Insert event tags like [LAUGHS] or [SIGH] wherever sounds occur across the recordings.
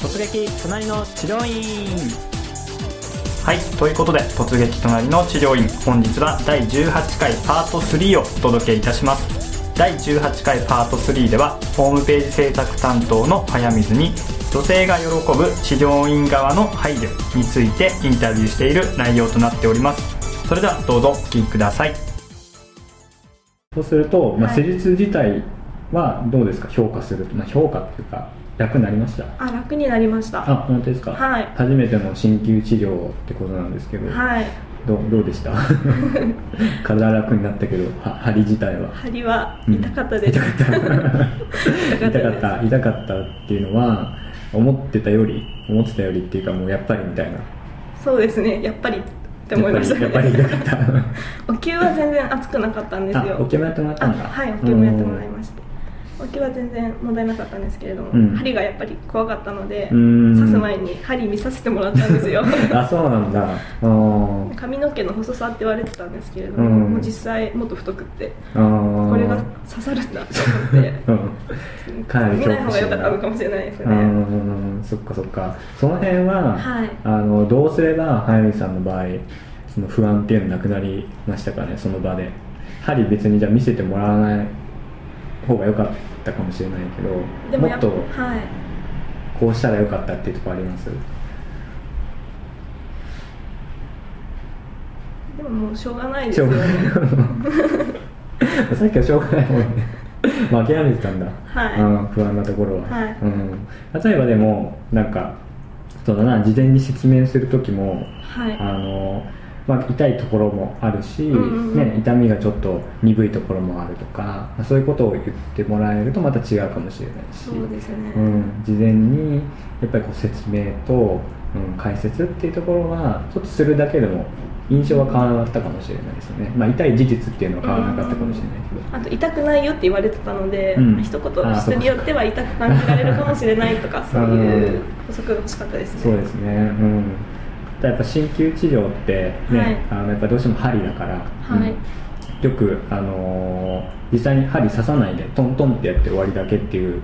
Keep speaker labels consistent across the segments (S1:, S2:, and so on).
S1: 突撃隣の治療院
S2: はい、ということで「突撃隣の治療院」本日は第18回パート3をお届けいたします第18回パート3ではホームページ制作担当の早水に女性が喜ぶ治療院側の配慮についてインタビューしている内容となっておりますそれではどうぞお聞きくださいそうすると、まあ、
S3: はい
S2: 施術自体はどうですか評価すると、まあ、評価っていうか楽になりました
S3: あ楽になりました
S2: あ本当ですか、
S3: はい
S2: 初めての鍼灸治療ってことなんですけど、
S3: はい
S2: どうどうでした
S3: [LAUGHS]
S2: 体楽になったけどは針自体は
S3: 針は
S2: うん
S3: 痛かったです、
S2: 痛かった
S3: 痛
S2: 痛かっ
S3: です
S2: た痛かったっていうのは思ってたより思ってたよりっていうかもうやっぱりみたいな
S3: そうですねやっぱりって思いましたね
S2: やっぱりやっぱり痛かっ
S3: [LAUGHS] お灸は全然熱くなかったんです
S2: たあお
S3: よ
S2: 決めてもらった
S3: あ
S2: んだ
S3: はいお灸もやってもらいましたお灸は全然問題なかったんですけれども、
S2: うん
S3: 針がやっぱり怖かったので
S2: うーん
S3: 刺す前に針見させてもらったんですよ
S2: あそうなんだあー
S3: 髪の毛の細さって言われてたんですけれども,、
S2: うん
S3: もう実際もっと太くって
S2: [LAUGHS] あー
S3: これが刺さるんだと思って
S2: うん [LAUGHS] かなり
S3: 見
S2: 恐
S3: ない
S2: 怖
S3: 方が
S2: 心
S3: 良か
S2: が
S3: ったのかもしれないです
S2: う
S3: ね
S2: んそっかそっかその辺は、
S3: はい
S2: あのどうすれば早見さんの場合その不安っていうのなくなりましたかねその場で針別にじゃあ見せてもらわない方が良かったかもしれないけ
S3: で
S2: ど
S3: も
S2: も
S3: や
S2: っ
S3: っぱ
S2: と
S3: はい
S2: こうしたら良かったっていうところあります [LAUGHS]
S3: でももうしょうがないです
S2: しょ
S3: よ
S2: うが
S3: ね
S2: ないさっきはしょうがないもん
S3: [LAUGHS]
S2: ねまあ諦めてたんだ、
S3: はい
S2: うん、不安なところは、
S3: はい
S2: うん、例えばでもなんかそうだな事前に説明する時も
S3: はい
S2: あのまあ、痛いところもあるし、
S3: うんうんうん
S2: ね、痛みがちょっと鈍いところもあるとか、まあそういうことを言ってもらえるとまた違うかもしれないし
S3: そうですね、
S2: うん、事前にやっぱりこう説明と、うん、解説っていうところはちょっとするだけでも印象は変わらなかったかもしれないですよね、まあ、痛い事実っていうのは変わらなかったかもしれないけど、
S3: あと痛くないよって言われてたので、
S2: うん
S3: 一言
S2: あー
S3: 人によっては痛く感じられるかもしれないとかそういう補足が欲しかったですね
S2: そうですね、うん、ただやっぱ鍼灸治療って、ね
S3: はい
S2: あのやっぱどうしても針だから、
S3: はい
S2: うんよく、あのー実際に針刺さないでトントンってやって終わりだけっていう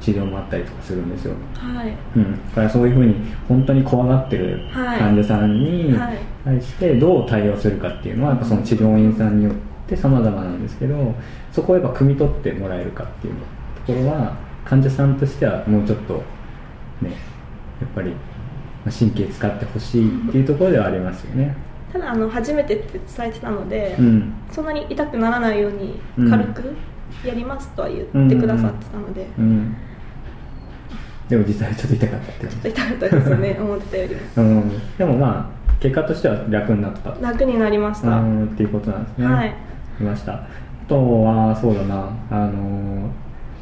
S2: 治療もあったりとかするんですよ、
S3: はい
S2: うん、だからそういうふうに本当に怖がってる
S3: はい
S2: 患者さんに
S3: はい
S2: 対してどう対応するかっていうのはやっぱその治療院さんによって様々なんですけどそこをやっぱ汲み取ってもらえるかっていうところは患者さんとしてはもうちょっとねやっぱりまあ神経使ってほしいっていうところではありますよね。
S3: ただあの初めてって伝えてたので、
S2: うん
S3: そんなに痛くならないように
S2: うん
S3: 軽くやりますとは言ってくださってたので、
S2: うん、でも実際ちょっと痛かったっていう
S3: ちょっと痛かったですよね思ってたよりも
S2: うん、でもまあ結果としては楽になった
S3: 楽になりました、
S2: うんっていうことなんですね。
S3: はい
S2: いましたあとはそうだなあの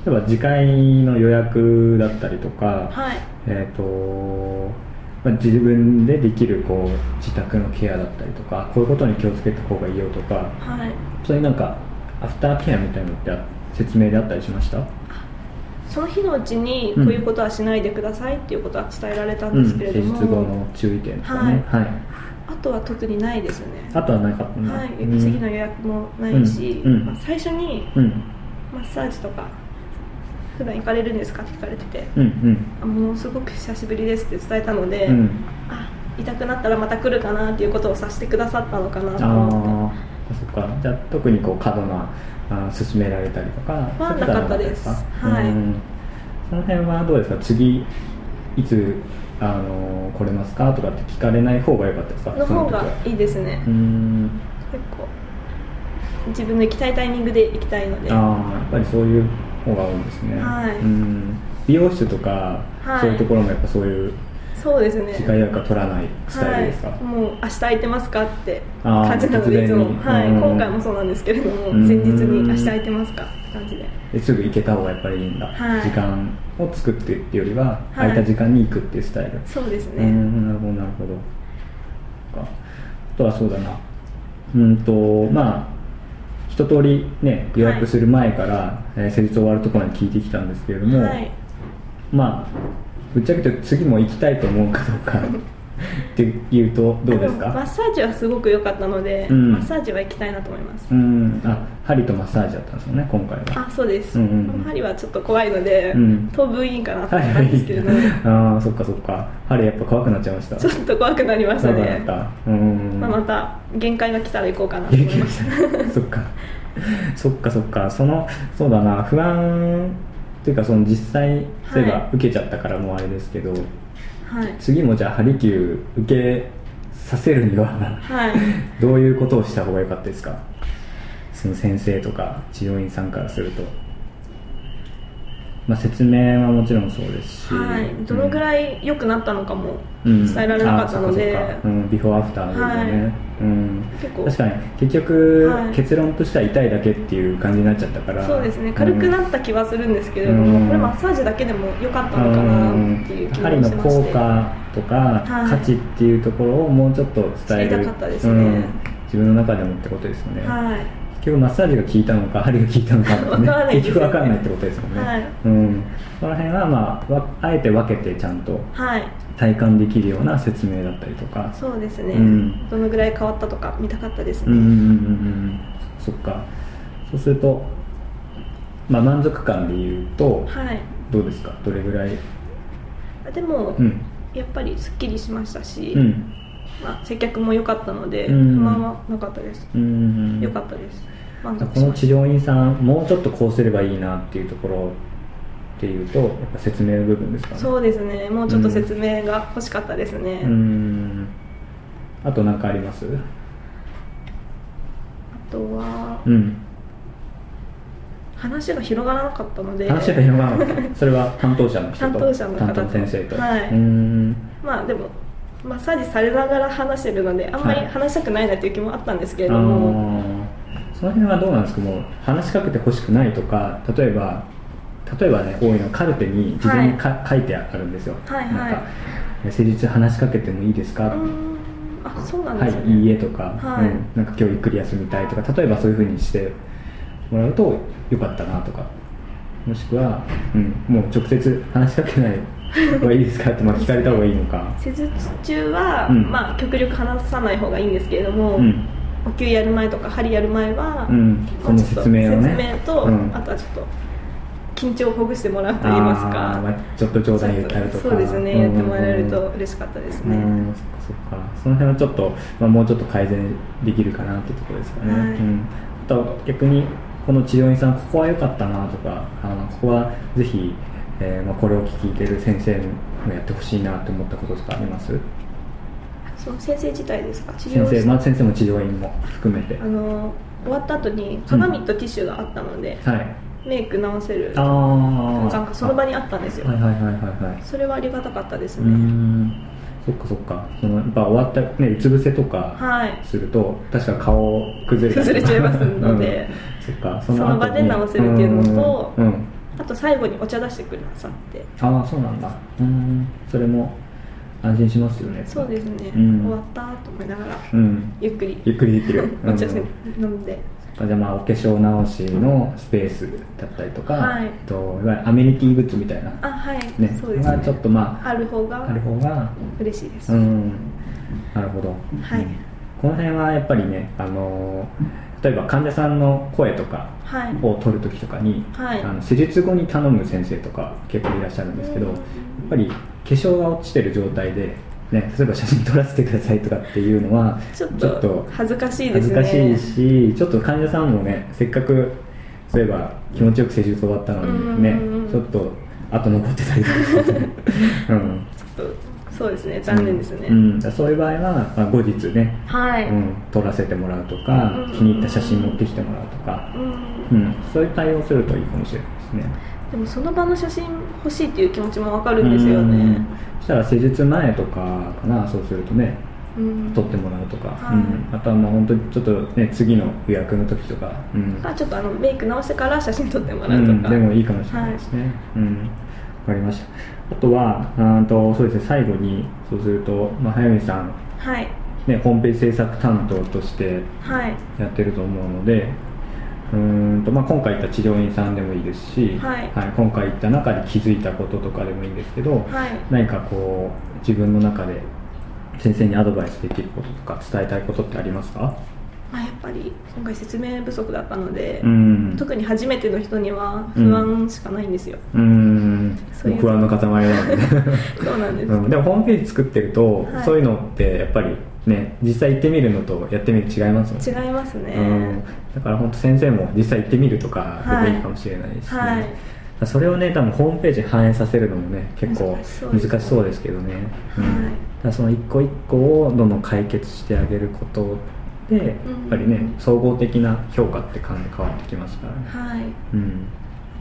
S2: 例えば次回の予約だったりとか、
S3: はい
S2: えっ、と、まあ、自分でできるこう自宅のケアだったりとかこういうことに気をつけた方がいいよとか
S3: はい
S2: そういうなんかアフターケアみたいなのって説明であったりしました
S3: その日のうちにこういうことはしないでくださいっていうことは伝えられたん
S2: ん
S3: ですけ
S2: 施
S3: れど
S2: 術
S3: も、
S2: 後の注意点とかね、はい
S3: あとは特にないですね
S2: あとはなかったな
S3: はい、
S2: うん
S3: 次の予約もないし、
S2: うんうん
S3: まあ、最初に
S2: うん
S3: マッサージとか普段行かれるんですかって聞かれてて
S2: うんうん
S3: あものすごく久しぶりですって伝えたので、
S2: うん
S3: あ痛くなったらまた来るかなっていうことをさしてくださったのかなと思っ
S2: ああそっかじゃあ特にこう過度なあー勧められたりとか
S3: は
S2: そういうこと
S3: なかったです
S2: なかった
S3: はい
S2: うんその辺はどうですか次いつ、あのー来れますかとかって聞かれない方が良かったですか
S3: ての
S2: そ
S3: 方
S2: 時は
S3: がいいですね、
S2: うーん
S3: 結構自分の行きたいタイミングで行きたいのでは
S2: ああやっぱりそういう方が多いんですね、
S3: はい
S2: うん美容室とか、
S3: はい
S2: そういうところもやっぱそういう
S3: そうですね
S2: 次回予約は取らないスタイルですか、
S3: はい、もう明日空いてますかって
S2: あー
S3: 感じなのでいつ
S2: 突然
S3: も
S2: に、
S3: はい、
S2: うん
S3: 今回もそうなんですけれども
S2: うん
S3: 前日に明日空いてますかって感じで
S2: ですぐ行けた方がやっぱりいいんだ、
S3: はい
S2: 時間を作ってっていうよりは、
S3: はい
S2: 空いた時間に行くっていうスタイル
S3: そうです
S2: う
S3: ね
S2: んなるほどなるほどそっかあとはそうだなうんとまあ一通りね予約する前から、えー施術終わるところに聞いてきたんですけれども、
S3: はい
S2: まあぶっちゃけて次も行きたいと思うかどうか [LAUGHS] って言うとどうで
S3: あ
S2: す
S3: のマ
S2: か
S3: ッサージはすごく良かったので、
S2: うん
S3: マッサージは行きたいなと思います、
S2: うんあ針とマッサージだったんですよね今回は
S3: あそうです、
S2: うんうんうん
S3: この針はちょっと怖いので、
S2: うん
S3: 当分いいかなと
S2: は
S3: 思っ
S2: い
S3: た
S2: はい
S3: んですけれど、
S2: [LAUGHS] ああそっかそっか針やっぱ怖くなっちゃいました
S3: ちょっと怖くなりました
S2: 怖くな
S3: ね
S2: ったうん
S3: まあ、また限界が来たら行こうかなと
S2: 元
S3: 思
S2: 気
S3: いま
S2: で
S3: し
S2: したたそっかそっかそっかそのそうだな不安っていうかその実際そういえば
S3: はい
S2: 受けちゃったからもうあれですけど、
S3: はい
S2: 次もじゃあハリキュー受けさせるには [LAUGHS]
S3: はい
S2: どういうことをした方が良かったですかその先生とか治療院さんからすると、まあ、説明はもちろんそうですし、
S3: はいどのぐ
S2: い
S3: らい良くなったのかも
S2: 伝
S3: 伝えられなかったので、
S2: うん、ビフォーアフターですよね、
S3: はい
S2: うん
S3: 結構
S2: 確かに結局、
S3: はい
S2: 結論としては痛いだけっていう感じになっちゃったから
S3: そうですね軽く
S2: っ
S3: なった気はするんですけれども、
S2: うん
S3: これマッサージだけでも良かったのかなっていう気もし
S2: 針
S3: ま
S2: の
S3: して
S2: 効果とか、
S3: はい
S2: 価値っていうところをもうちょっと伝える
S3: 知りたかったですね
S2: うん、自分の中でもってことですよね、
S3: はい
S2: 結局マッサージが効いたのか針が効いた
S3: [LAUGHS]
S2: のかとか
S3: わからな
S2: ね
S3: いですよね
S2: 結局わかんないってことですもんね、
S3: はい
S2: うん、その辺は、まあわ、あえて分けてちゃんと
S3: はい
S2: 体感できるような説明だったりとか
S3: そうですね、
S2: うん
S3: どのぐらい変わったとか見たかったです
S2: うんうんうん
S3: ね、
S2: うんそっかそうすると、まあ、満足感で言うと
S3: はい
S2: どうですかどれぐらい
S3: あでも、
S2: うん
S3: やっぱりすっきりしましたし、
S2: うん
S3: まあ、接客も良かったので、
S2: うん
S3: 不満はなかったです
S2: うんうんうん
S3: 良かったです満足
S2: こ
S3: し
S2: の
S3: ま
S2: 治
S3: し
S2: 療院さんもうちょっとこうすればいいなっていうところっていうとやっぱ説明の部分ですか
S3: た
S2: ね
S3: そうですねもうちょっと説明が欲しかったですね、
S2: うんあと何かあります
S3: あとは、
S2: うん
S3: 話が広がらなかったので
S2: 話が広がらなかったそれは担当者の人と
S3: 担当者の方と
S2: 担当先生と
S3: はい
S2: うん
S3: まあでもマッサージされながら話してるのであんまり
S2: はい
S3: 話したくないなという気もあったんですけれ
S2: あ
S3: ども、
S2: のその辺はどうなんですかもう話しかけてほしくないとか例えば例えばね多いのカルテに事前にか、書いてあるんですよ、
S3: はいはい
S2: なんか施術話しかけてもいいですか、
S3: うーんあそうなん
S2: は
S3: です
S2: い、いい
S3: ね、
S2: えとか、
S3: はい
S2: うん、なんか今日ゆっくり休みたいとか例えばそういうふうにしてもらうとよかったなとかもしくは、うん、もう直接話しかけない方がいいですかってまあ聞かれた方がいいの
S3: [LAUGHS]
S2: か
S3: 施術中は、
S2: うん
S3: まあ、極力話さない方がいいんですけれども、
S2: うん、
S3: お灸やる前とか針やる前は、
S2: うん、その
S3: まあちょっと
S2: 説明をね
S3: 説明と、
S2: うん
S3: あとはちょっと緊張をほぐしてもらうと言います
S2: あーま
S3: か
S2: あちょっと冗談言ったりとか
S3: そうですね、
S2: ん
S3: やってもらえると嬉しかったです
S2: う
S3: ね、
S2: んそっかそっかその辺はちょっと、まあ、もうちょっと改善できるかなっていうところですかね、
S3: はい
S2: うん、あと逆にこの治療院さんここは良かったなとかあのここはぜひ、えーまあ、これを聞いてる先生にもやってほしいなって思ったこととかあります
S3: その先生自体ですか治
S2: 先
S3: 療
S2: 生,、
S3: 室
S2: まあ、先生も治療院も含めて
S3: あの終わった後に鏡とティッシュがあったので、
S2: はい
S3: メイク直せる
S2: あ
S3: 空
S2: あ
S3: 間がその場にあったんですよ
S2: はいはいはいはいはい
S3: それはありがたかったです
S2: うー
S3: ね
S2: んそっかそっかそのやっぱ終わったねうつ伏せとか
S3: はい
S2: すると確か顔崩れたり
S3: 崩れ
S2: とか
S3: ちゃいますので
S2: うんそっか
S3: その場
S2: 後に
S3: で直せるっていうのと
S2: うんうん
S3: あと最後にお茶出してくださって
S2: ああそうなんだうーんそれも安心しますよね
S3: そうですね、
S2: うん
S3: 終わったと思いながら
S2: うん
S3: ゆっくり
S2: ゆっくりで
S3: [LAUGHS]
S2: きる
S3: お茶
S2: うん
S3: 飲んで、
S2: じゃあまあお化粧直しのスペースだったりとか、
S3: はい
S2: えっといわゆるアメニティグッズみたいな
S3: あはい、
S2: ね
S3: そうですね
S2: がちょっとま
S3: ある方
S2: あ
S3: が
S2: ある方が
S3: 嬉しいです、
S2: うんなるほど、
S3: はい
S2: この辺はやっぱりね、あのー例えば患者さんの声とか
S3: はい
S2: を取るときとかに、
S3: はい
S2: あの施術後に頼む先生とか結構いらっしゃるんですけど、
S3: うん
S2: やっぱり化粧が落ちてる状態で、ね、例えば写真撮らせてくださいとかっていうのは
S3: ちょっ
S2: ちょっ
S3: と
S2: と
S3: 恥ずかしいです
S2: 恥ず
S3: ね
S2: かしいしちょっと患者さんもねせっかくそういえば気持ちよく施術終わったのにね、
S3: うんうんうん
S2: ちょっと後残ってたりとかし
S3: [LAUGHS]
S2: て、うん、
S3: ちょっとそうですね残念ですね、
S2: うんうんそういう場合は、まあ、後日ね
S3: はい、う
S2: うんん、撮らせてもらうとか、
S3: うん
S2: 気に入った写真持ってきてもらうとか、うん、そういう対応するといいかもしれないですね。
S3: でもその場の写真欲しいっていう気持ちもわかるんですよ
S2: う
S3: ね
S2: んそしたら施術前とかかなそうするとね
S3: うん
S2: 撮ってもらうとか、
S3: はい
S2: うん、あとはまあ本当にちょっとね次の予約の時とか、うん
S3: あちょっとあのメイク直してから写真撮っても
S2: う
S3: らうと
S2: ん、
S3: か、
S2: でもいいかもしれないですね。うん、わかりました。あとはうんとそうですね最後にそうするとまあ早見さん
S3: はい
S2: ねホームページ制作担当として
S3: はい
S2: やってると思うのでうーんと、まあ、今回行った治療院さんでもいいですし、
S3: はい
S2: 今回行った中で気づいたこととかでもいいんですけど、
S3: はい
S2: 何かこう自分の中で先生にアドバイスできることとか伝えたいことってありますか
S3: まあ、やっぱり今回説明不足だったので、
S2: うん
S3: 特に初めての人には不安しかないんですよ、
S2: うーん
S3: そういう
S2: 不安の塊なんで、
S3: そうなんです、
S2: うん、でもホームページ作ってると、
S3: はい
S2: そういうのってやっぱりね実際行ってみるのとやってみる違いますもんね
S3: 違いますね、
S2: うん、だから本当先生も実際行ってみるとか
S3: はい
S2: でもいいかもしれないし、ね
S3: はい
S2: それをね多分ホームページに反映させるのもね結構
S3: 難しそうですね
S2: 難しそうですけどね、うん
S3: はい
S2: だからその一個一個をどんどん解決してあげることでやっぱりね、
S3: うん
S2: 総合的な評価って感じ変わってきますからね、
S3: はい
S2: うん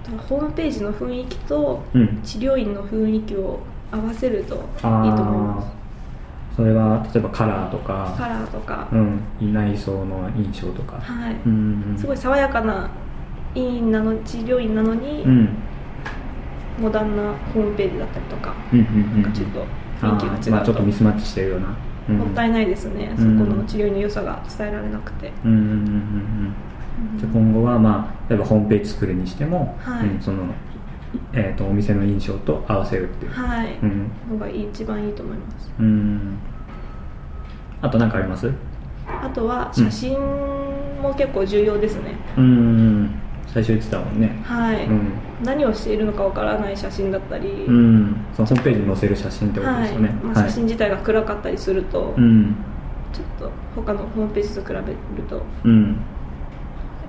S3: あとはホームページの雰囲気と
S2: うん
S3: 治療院の雰囲気を合わせるといいと
S2: あ
S3: 思い
S2: ー
S3: ま
S2: それは例えばカラーと
S3: すカ
S2: か、
S3: ラーとか、
S2: うん、内装の印象とか、
S3: はい、
S2: うん
S3: すごい爽やかな院なの治療院なのに、
S2: うん
S3: モダンなホームページだったりとか、
S2: うんうんうん
S3: なんかちょっと
S2: あ
S3: 雰囲気
S2: ー
S3: が
S2: ま
S3: 違
S2: あ
S3: う
S2: ち
S3: と
S2: ょっとミスマッチしてるような、うん
S3: もったいないですね、
S2: うん
S3: そこの治療院の良さが伝えられなくて、
S2: うんうんうんうんうんじゃあ今後は、まあ、例えばホームページ作るにしても、
S3: はい
S2: うんそのえー、とお店の印象と合わせるっていう、
S3: はい、
S2: うん
S3: のが一番いいと思います
S2: うんあと何かあります
S3: あとは写真も結構重要ですね、
S2: うん最初言ってたもんね、
S3: はい、
S2: うん
S3: 何をしているのかわからない写真だったり、
S2: うん、そのホームページに載せる写真ってこと
S3: は
S2: です
S3: い
S2: よね、
S3: まあ、写真自体が暗かったりすると、
S2: うん
S3: ちょっと他のホームページと比べると
S2: うん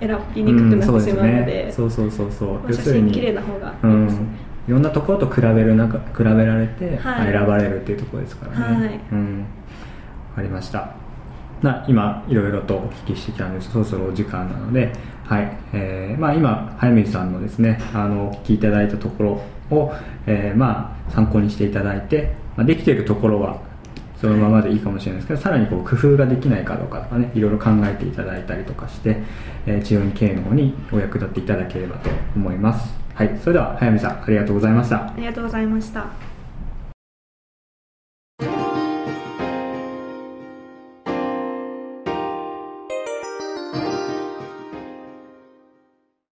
S3: 選びにくくなってしまうので,、
S2: うんそうですね、そうそうそうそう、
S3: まあ、写真綺麗な方がいいです
S2: う
S3: ね、
S2: ん、いろんなところと比べる中比べられて、
S3: はい
S2: 選ばれるっていうところですからね、
S3: はい
S2: うん、分かりましたな今いろいろとお聞きしてきたんですそろそろお時間なので、はいえーまあ、今早水さんのですねあのお聞きいただいたところを、えーまあ、参考にしていただいて、まあ、できているところはそのままでいいかもしれないですけど、さらにこう工夫ができないかどうかとかねいろいろ考えていただいたりとかして、えー治療院経営の方にお役立っていただければと思いますはいそれでは早見さんありがとうございました
S3: ありがとうございました